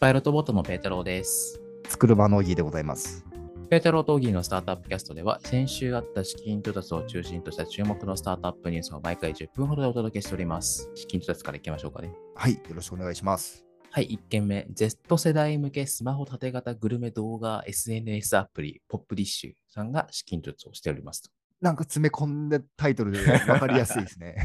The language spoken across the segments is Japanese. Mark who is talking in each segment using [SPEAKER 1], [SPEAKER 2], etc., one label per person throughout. [SPEAKER 1] パイロットボットのペータローです。
[SPEAKER 2] 作る場のギーでございます。
[SPEAKER 1] ペータローとオギーのスタートアップキャストでは、先週あった資金調達を中心とした注目のスタートアップニュースを毎回10分ほどでお届けしております。資金調達からいきましょうかね。
[SPEAKER 2] はい、よろしくお願いします。
[SPEAKER 1] はい、1件目。Z 世代向けスマホ縦型グルメ動画 SNS アプリ、ポップディッシュさんが資金調達をしておりますと。
[SPEAKER 2] なんか詰め込んでタイトルで分かりやすいです ね。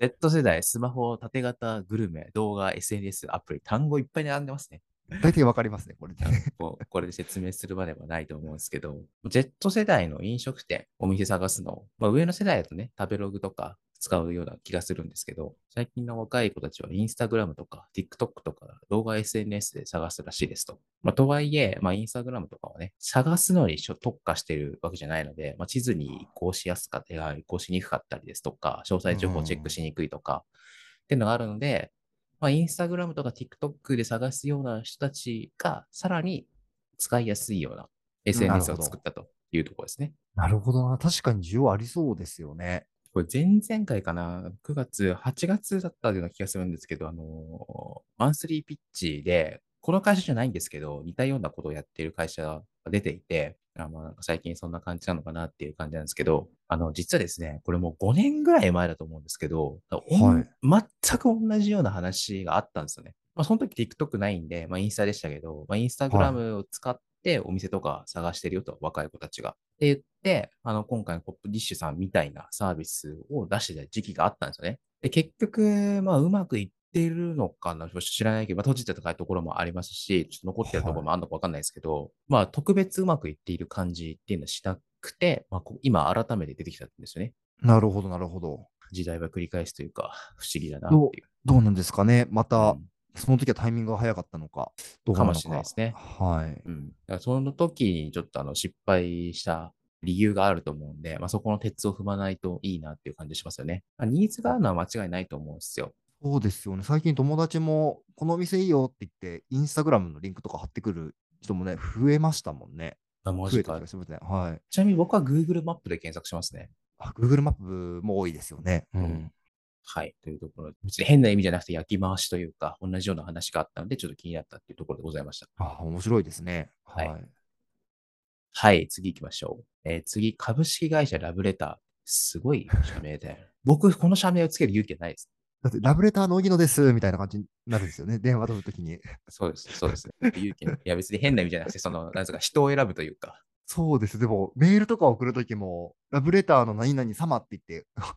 [SPEAKER 1] Z 世代スマホ縦型グルメ動画 SNS アプリ、単語いっぱい並んでますね。
[SPEAKER 2] 大体分かりますね、これで。
[SPEAKER 1] もうこれで説明するまではないと思うんですけど、Z 世代の飲食店、お店探すの、まあ、上の世代だとね、食べログとか使うような気がするんですけど、最近の若い子たちはインスタグラムとか TikTok とか動画 SNS で探すらしいですと。まあ、とはいえ、まあ、インスタグラムとかはね、探すのに一緒特化してるわけじゃないので、まあ、地図に移行しやすかったり、移行しにくかったりですとか、詳細情報をチェックしにくいとか、っていうのがあるので、まあ、インスタグラムとか TikTok で探すような人たちが、さらに使いやすいような SNS を作ったというところですね。
[SPEAKER 2] なるほどな。確かに需要ありそうですよね。
[SPEAKER 1] これ前々回かな、9月、8月だったような気がするんですけど、あのーマンスリーピッチで、この会社じゃないんですけど、似たようなことをやっている会社が出ていて、あまあなんか最近そんな感じなのかなっていう感じなんですけど、あの、実はですね、これもう5年ぐらい前だと思うんですけど、
[SPEAKER 2] はい
[SPEAKER 1] 全く同じような話があったんですよね。まあ、その時 TikTok ないんで、まあ、インスタでしたけど、まあ、インスタグラムを使ってお店とか探してるよと、若い子たちが。って言って、あの、今回のポップディッシュさんみたいなサービスを出してた時期があったんですよね。で、結局、まあ、うまくいってるのかな、知らないけど、まあ、閉じてたところもありますし、ちょっと残ってるところもあるのかわかんないですけど、まあ、特別うまくいっている感じっていうのはしなくて、まあ、こう今改めて出てきたんですよね。
[SPEAKER 2] なるほど、なるほど。
[SPEAKER 1] 時代は繰り返すというか、不思議だなっていう。
[SPEAKER 2] どうなんですかね。また、
[SPEAKER 1] うん
[SPEAKER 2] その時はタイミングが早かったのか。どう
[SPEAKER 1] か
[SPEAKER 2] の
[SPEAKER 1] もしれないですね
[SPEAKER 2] はい。
[SPEAKER 1] うん、だからその時にちょっとあの失敗した理由があると思うんで、まあ、そこの鉄を踏まないといいなっていう感じしますよね。まあニーズがあるのは間違いないと思うんですよ。
[SPEAKER 2] そうですよね。最近友達も、このお店いいよって言って、インスタグラムのリンクとか貼ってくる人もね、増えましたもんね。
[SPEAKER 1] あマ
[SPEAKER 2] 増
[SPEAKER 1] ジ
[SPEAKER 2] えた
[SPEAKER 1] か
[SPEAKER 2] 気がしますね。はい。
[SPEAKER 1] ちなみに僕は Google マップで検索しますね。
[SPEAKER 2] あ Google マップも多いですよね。う
[SPEAKER 1] うんん。はい。というところで、別に変な意味じゃなくて焼き回しというか、同じような話があったので、ちょっと気になったっていうところでございました。
[SPEAKER 2] あ面白いですね。は。
[SPEAKER 1] はいいはい、次行きましょう。えー次、株式会社ラブレター。すごい社名で。 僕、この社名をつける勇気はないです。
[SPEAKER 2] だって、ラブレターの荻野ですみたいな感じになるんです よね。電話取るときに。
[SPEAKER 1] そうです、そうです。勇気ない。いや、別に変な意味じゃなくて、その、なんですか、人を選ぶというか。
[SPEAKER 2] そうです。でも、メールとか送るときも、ラブレターの何々様って言って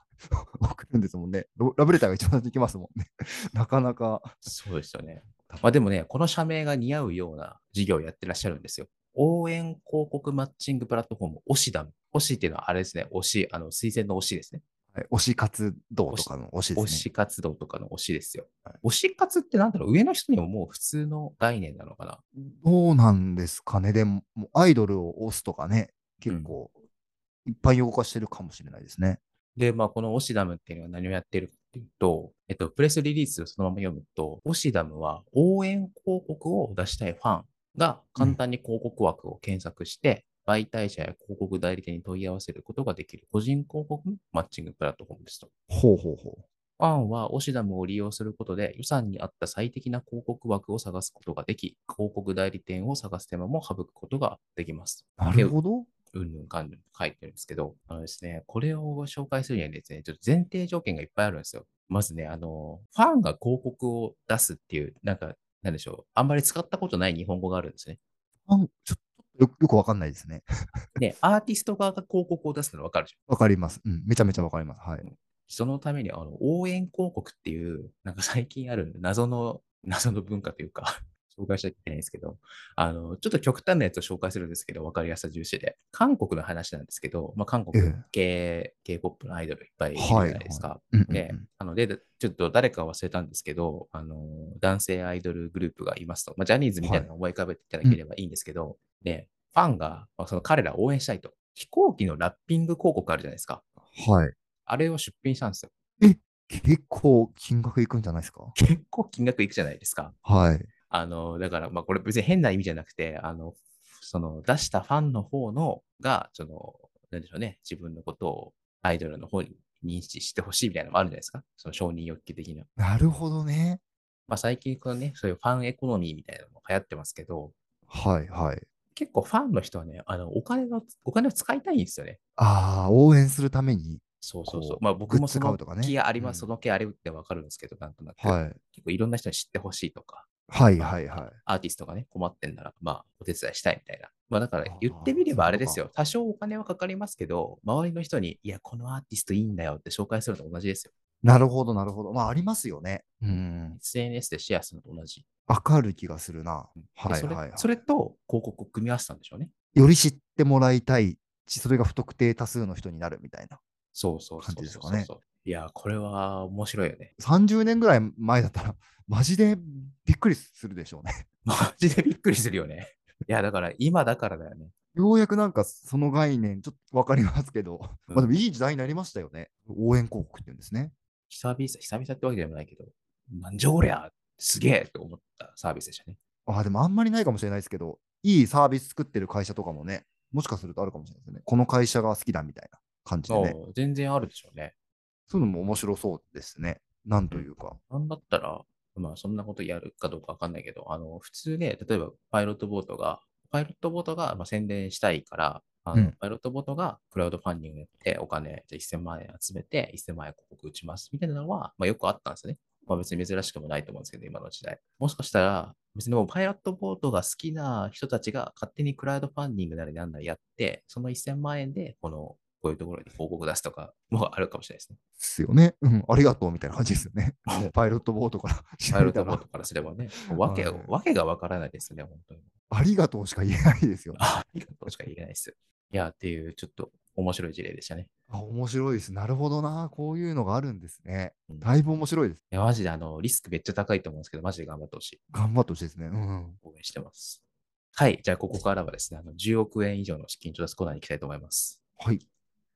[SPEAKER 2] 送るんですもんね。ララブレターが一番できますもんね。 なかなか。
[SPEAKER 1] そうですよね。まあでもね、この社名が似合うような事業をやってらっしゃるんですよ。応援広告マッチングプラットフォーム、オシダム。オシっていうのはあれですね、推し、あの、推薦の推しですね。
[SPEAKER 2] はい推し活動とかの推しです
[SPEAKER 1] 推
[SPEAKER 2] ね。
[SPEAKER 1] し活動とかの推しですよ
[SPEAKER 2] はい。
[SPEAKER 1] 推し活ってなんだろう上の人にももう普通の概念なのかな
[SPEAKER 2] どうなんですかね。でも、もうアイドルを推すとかね、結構、一般用化してるかもしれないですね。
[SPEAKER 1] で、まあ、このオシダムっていうのは何をやってるかっていうと、えっと、プレスリリースをそのまま読むと、オシダムは応援広告を出したいファンが簡単に広告枠を検索して、媒体者や広告代理店に問い合わせることができる個人広告のマッチングプラットフォームですと。
[SPEAKER 2] ほうほうほ
[SPEAKER 1] ファンはオシダムを利用することで予算に合った最適な広告枠を探すことができ、広告代理店を探す手間も省くことができます。
[SPEAKER 2] う。なるほど。
[SPEAKER 1] うんぬんかんぬん書いてるんですけど、あのですね、これを紹介するにはですね、ちょっと前提条件がいっぱいあるんですよ。まずね、あの、ファンが広告を出すっていう、なんか、なんでしょう、あんまり使ったことない日本語があるんですね。
[SPEAKER 2] あんちょっとよよくわかんないですね。
[SPEAKER 1] で、アーティスト側が広告を出すのわかるでしょ。
[SPEAKER 2] わかります。うん。めちゃめちゃわかります。はい。
[SPEAKER 1] そのために、あの、応援広告っていう、なんか最近ある謎の、 謎の文化というか、紹介しちゃいけないんですけど、あの、ちょっと極端なやつを紹介するんですけど、わかりやすさ重視で。韓国の話なんですけど、まあ、韓
[SPEAKER 2] え
[SPEAKER 1] 国
[SPEAKER 2] え
[SPEAKER 1] 系 K-POP のアイドルいっぱいいるじゃ
[SPEAKER 2] はい
[SPEAKER 1] ないですか。
[SPEAKER 2] うんうんうん
[SPEAKER 1] で、あので、ちょっと誰か忘れたんですけど、あの、男性アイドルグループがいますと、まあ、ジャニーズみたいなのを思い浮かべていただければいいんですけど、で、ファンが、まあ、その彼らを応援したいと。飛行機のラッピング広告あるじゃないですか。
[SPEAKER 2] はい。
[SPEAKER 1] あれを出品したんですよ。
[SPEAKER 2] 結構金額いくんじゃないですか
[SPEAKER 1] 結構金額いくじゃないですか。
[SPEAKER 2] はい。
[SPEAKER 1] あの、だから、まあ、これ別に変な意味じゃなくて、あの、その出したファンの方のが、その、なんでしょうね、自分のことをアイドルの方に認識してほしいみたいなのもあるじゃないですか。その承認欲求的な。
[SPEAKER 2] なるほどね。
[SPEAKER 1] まあ、最近このね、そういうファンエコノミーみたいなのも流行ってますけど、
[SPEAKER 2] はいはい。
[SPEAKER 1] 結構ファンの人はね、あのお金のお金を使いたいんですよね。
[SPEAKER 2] ああ、応援するために。
[SPEAKER 1] そうそうそう
[SPEAKER 2] こ。う
[SPEAKER 1] まあ僕もそ
[SPEAKER 2] グッズ買
[SPEAKER 1] の
[SPEAKER 2] うとかね
[SPEAKER 1] 気があります、
[SPEAKER 2] う
[SPEAKER 1] そ
[SPEAKER 2] ん
[SPEAKER 1] の気あるってわかるんですけど、なんとなく。
[SPEAKER 2] はい。
[SPEAKER 1] 結構いろんな人に知ってほしいとか、
[SPEAKER 2] はいはいはい。
[SPEAKER 1] アーティストがね、困ってんなら、まあ、お手伝いしたいみたいな。まあ、だから
[SPEAKER 2] あー
[SPEAKER 1] 言ってみればあれですよ。多少お金はかかりますけど、周りの人に、いや、このアーティストいいんだよって紹介するのと同じですよ。
[SPEAKER 2] なるほどなるほど。まあありますよね。うん。
[SPEAKER 1] SNS でシェアするのと同じ。
[SPEAKER 2] わかる気がするな。は
[SPEAKER 1] で
[SPEAKER 2] いはい
[SPEAKER 1] それ
[SPEAKER 2] はい。
[SPEAKER 1] それと広告を組み合わせたんでしょうね。
[SPEAKER 2] より知ってもらいたいし、それが不特定多数の人になるみたいな。
[SPEAKER 1] そうそうそう
[SPEAKER 2] 感じです
[SPEAKER 1] そう
[SPEAKER 2] か
[SPEAKER 1] そう
[SPEAKER 2] ね
[SPEAKER 1] いやー、これは面白いよね。
[SPEAKER 2] 30年ぐらい前だったら、 マジでびっくりするでしょうね。
[SPEAKER 1] マジでびっくりするよね。いや、だから今だからだよね。
[SPEAKER 2] ようやくなんかその概念、ちょっとわかりますけど、
[SPEAKER 1] うん
[SPEAKER 2] まあでもいい時代になりましたよね。応援広告っていうんですね。
[SPEAKER 1] 久々、久々ってわけでもないけど、なんじゃこりゃ、すげえと思ったサービスでしたね。
[SPEAKER 2] ああ、でもあんまりないかもしれないですけど、いいサービス作ってる会社とかもね、もしかするとあるかもしれないですよね。この会社が好きだみたいな感じでね。
[SPEAKER 1] そう全然あるでしょうね。
[SPEAKER 2] そういうのも面白そうですね。なんというか。
[SPEAKER 1] なんだったら、まあそんなことやるかどうかわかんないけど、あの、普通ね、例えばパイロットボートが、パイロットボートがまあ宣伝したいから、あの
[SPEAKER 2] うん
[SPEAKER 1] パイロットボートがクラウドファンディングやってお金じゃあ1000万円集めて1000万円広告打ちますみたいなのは、まあ、よくあったんですよね。まあ、別に珍しくもないと思うんですけど、今の時代。もしかしたら、別にもうパイロットボートが好きな人たちが勝手にクラウドファンディングなりなんなりやって、その1000万円でこの、こういうところに広告出すとかもあるかもしれないです ね。
[SPEAKER 2] ですよね。うん、ありがとうみたいな感じですよね。もう パイロットボートから
[SPEAKER 1] パイロッ
[SPEAKER 2] た
[SPEAKER 1] トボー
[SPEAKER 2] ら
[SPEAKER 1] ト、からすればね、わけ,、
[SPEAKER 2] はい
[SPEAKER 1] わけがわからないですね、本当に。
[SPEAKER 2] ありがとうしか言えないですよ。
[SPEAKER 1] ありがとうしか言えないです。いや、っていう、ちょっと面白い事例でしたね。
[SPEAKER 2] あ面白いです。なるほどな。こういうのがあるんですね。
[SPEAKER 1] うん
[SPEAKER 2] だいぶ面白いです。
[SPEAKER 1] いや、マジで、あの、リスクめっちゃ高いと思うんですけど、マジで頑張ってほしい。
[SPEAKER 2] 頑張ってほしいですね。うん。
[SPEAKER 1] 応援してます。はい、じゃあ、ここからはですね、あの10億円以上の資金調達コーナーに行きたいと思います。
[SPEAKER 2] はい。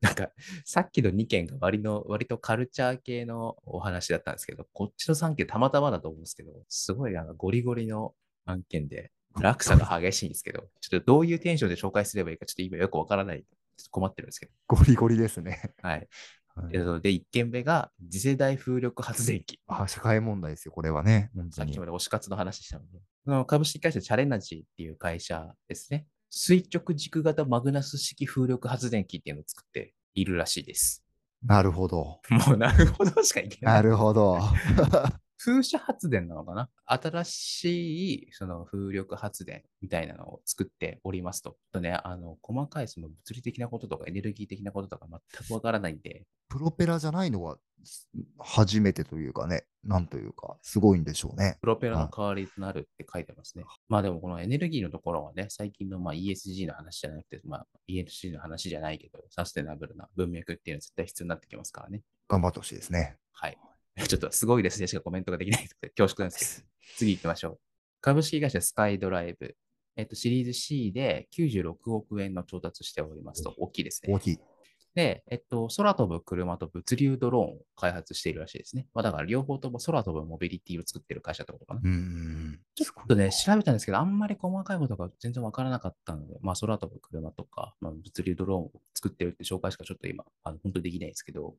[SPEAKER 1] なんか、さっきの2件が割の、割とカルチャー系のお話だったんですけど、こっちの3件たまたまだと思うんですけど、すごいあのゴリゴリの案件で、落差が激しいんですけど、ちょっとどういうテンションで紹介すればいいか、ちょっと今よくわからない、ちょっと困ってるんですけど。
[SPEAKER 2] ゴリゴリですね。
[SPEAKER 1] はい。
[SPEAKER 2] はい
[SPEAKER 1] えっとで、1件目が次世代風力発電機。
[SPEAKER 2] あ社会問題ですよ、これはね。本
[SPEAKER 1] さ
[SPEAKER 2] 当
[SPEAKER 1] っき
[SPEAKER 2] に
[SPEAKER 1] ま。で推し活の話したので、その株式会社チャレナジーっていう会社ですね。垂直軸型マグナス式風力発電機っていうのを作っているらしいです。
[SPEAKER 2] なるほど。
[SPEAKER 1] もうなるほどしかいけない。
[SPEAKER 2] なるほど。
[SPEAKER 1] 風車発電なのかな新しいその風力発電みたいなのを作っておりますと。ちょっとね、あの、細かいその物理的なこととかエネルギー的なこととか全くわからないんで、
[SPEAKER 2] プロペラじゃないのがす初めてというかね、なんというか、すごいんでしょうね。
[SPEAKER 1] プロペラ
[SPEAKER 2] は
[SPEAKER 1] の
[SPEAKER 2] い
[SPEAKER 1] 代わりとなるって書いてますね。まあでもこのエネルギーのところはね、最近のまあ ESG の話じゃなくて、まあ ESG の話じゃないけど、サステナブルな文脈っていうのは絶対必要になってきますからね。
[SPEAKER 2] 頑張ってほしいですね。
[SPEAKER 1] はい。ちょっとすごいですねしかコメントができないので恐縮なんですけど。次行きましょう。株式会社スカイドライブ。えっと、シリーズ C で96億円の調達しておりますと、大きいですね
[SPEAKER 2] 大。きい。
[SPEAKER 1] で、えっと、空飛ぶ車と物流ドローンを開発しているらしいですね。まあ、だから両方とも空飛ぶモビリティを作っている会社ってことかな。
[SPEAKER 2] うーん。
[SPEAKER 1] ちょっとね、調べたんですけど、あんまり細かいことが全然わからなかったので、まあ、空飛ぶ車とか、まあ、物流ドローンを作ってるって紹介しかちょっと今、あの本当にできないですけど、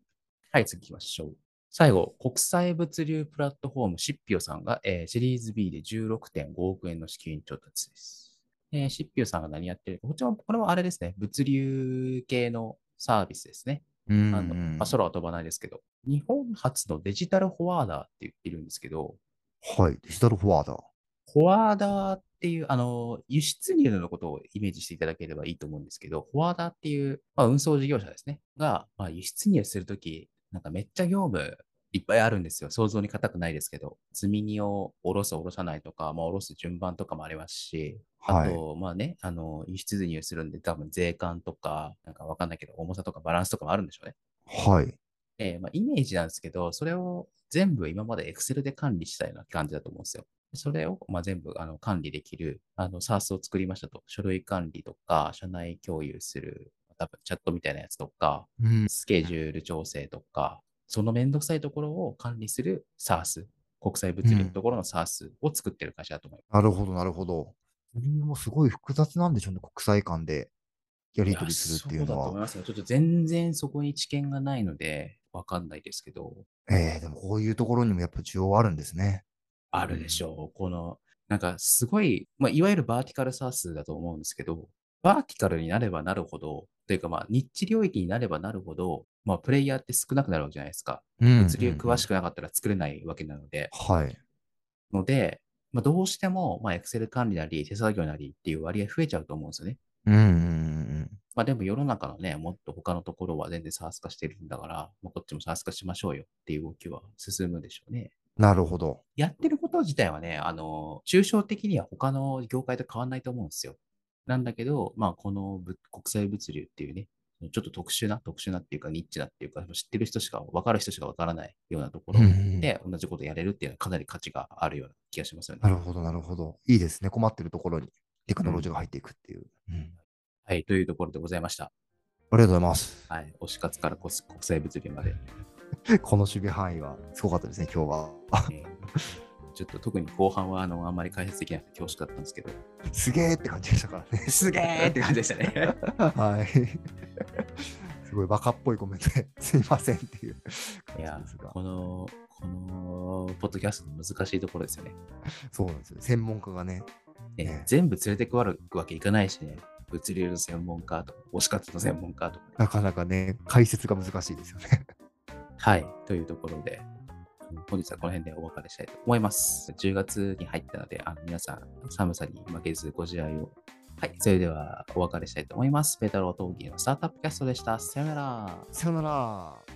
[SPEAKER 1] はい、次行きましょう。最後、国際物流プラットフォームシッピオさんが、えーシリーズ B で16.5億円の資金調達です。えーシッピオさんが何やってるか、こっちもこれはあれですね、物流系のサービスですね。
[SPEAKER 2] うーん
[SPEAKER 1] あのまあ、空は飛ばないですけど、日本初のデジタルフォワーダーって言ってるんですけど、
[SPEAKER 2] はい。デジタルフォワーダー。
[SPEAKER 1] フォワーダーっていう、あの、輸出入のことをイメージしていただければいいと思うんですけど、フォワーダーっていう、まあ、運送事業者ですね、が、まあ、輸出入するとき、なんかめっちゃ業務いっぱいあるんですよ。想像に難くないですけど、積み荷を下ろす、下ろさないとか、まあ、下ろす順番とかもありますし、あ
[SPEAKER 2] はい。
[SPEAKER 1] と、まあね、あの、輸出入するんで、多分税関とか、なんかわかんないけど、重さとかバランスとかもあるんでしょうね。
[SPEAKER 2] はい。
[SPEAKER 1] えーまあ、イメージなんですけど、それを全部今まで Excel で管理したような感じだと思うんですよ。それを、まあ、全部あの管理できるあの SARS を作りましたと。書類管理とか、社内共有する、多分チャットみたいなやつとか、
[SPEAKER 2] うん。
[SPEAKER 1] スケジュール調整とか、そのめんどくさいところを管理する SARS、国際物流のところの SARS を作ってる会社だと思います。
[SPEAKER 2] なるほど、なるほど。それもすごい複雑なんでしょうね、国際間でやり取りするっていうの
[SPEAKER 1] やそうだと思い
[SPEAKER 2] は。
[SPEAKER 1] ますよ。ちょっと全然そこに知見がないので、わかんないですけど、
[SPEAKER 2] ええでもこういうところにもやっぱ需要はあるんですね。
[SPEAKER 1] あるでしょう。この、なんかすごい、まあ、いわゆるバーティカルサースだと思うんですけど、バーティカルになればなるほど、というかまあ、ニッチ領域になればなるほど、まあ、プレイヤーって少なくなるわけじゃないですか。物流詳し
[SPEAKER 2] く。
[SPEAKER 1] くなかったら作れないわけなので、
[SPEAKER 2] はい。
[SPEAKER 1] ので、まあ、どうしても、まあ、エクセル管理なり、手作業なりっていう割合増えちゃうと思うんですよね。
[SPEAKER 2] うんうんうん
[SPEAKER 1] まあでも世の中のね、もっと他のところは全然サース化してるんだから、まあ、こっちもサース化しましょうよっていう動きは進むでしょうね。
[SPEAKER 2] なるほど。
[SPEAKER 1] やってること自体はね、あの、抽象的には他の業界と変わんないと思うんですよ。なんだけど、まあこのぶ国際物流っていうね、ちょっと特殊な、特殊なっていうか、ニッチなっていうか、知ってる人しか、分かる人しか分からないようなところ
[SPEAKER 2] な
[SPEAKER 1] で、同じことやれるっていうのはかなり価値があるような気がしますよね。
[SPEAKER 2] るほど、なるほど。いいですね。困ってるところにテクノロジーが入っていくっていう。うん
[SPEAKER 1] はい、というところでございました。
[SPEAKER 2] ありがとうございます。
[SPEAKER 1] はい、推し活からこす国際物流まで。
[SPEAKER 2] この守備範囲はすごかったですね、今日は。
[SPEAKER 1] えーちょっと特に後半はあのあんまり解説できなくて恐縮だったんですけど、
[SPEAKER 2] すげーって感じでしたからね。
[SPEAKER 1] すげーって感じでしたね。
[SPEAKER 2] はい。すごいバカっぽいコメントで、すいませんってい
[SPEAKER 1] い
[SPEAKER 2] う感
[SPEAKER 1] や
[SPEAKER 2] じです、が
[SPEAKER 1] こ、の、このポッドキャストの難しいところですよね。
[SPEAKER 2] そうなんですよ。専門家がね、
[SPEAKER 1] ね
[SPEAKER 2] ね
[SPEAKER 1] 全部連れてくわるわけいかないしね、物流の専門家と、推し活の専門家とか。
[SPEAKER 2] なかなかね、解説が難しいですよね。
[SPEAKER 1] はい、というところで、本日はこの辺でお別れしたいと思います。10月に入ったので、あの皆さん、寒さに負けずご自愛を。はい、それではお別れしたいと思います。ペータロー・トーキーのスタートアップキャストでした。さよなら。
[SPEAKER 2] さよなら。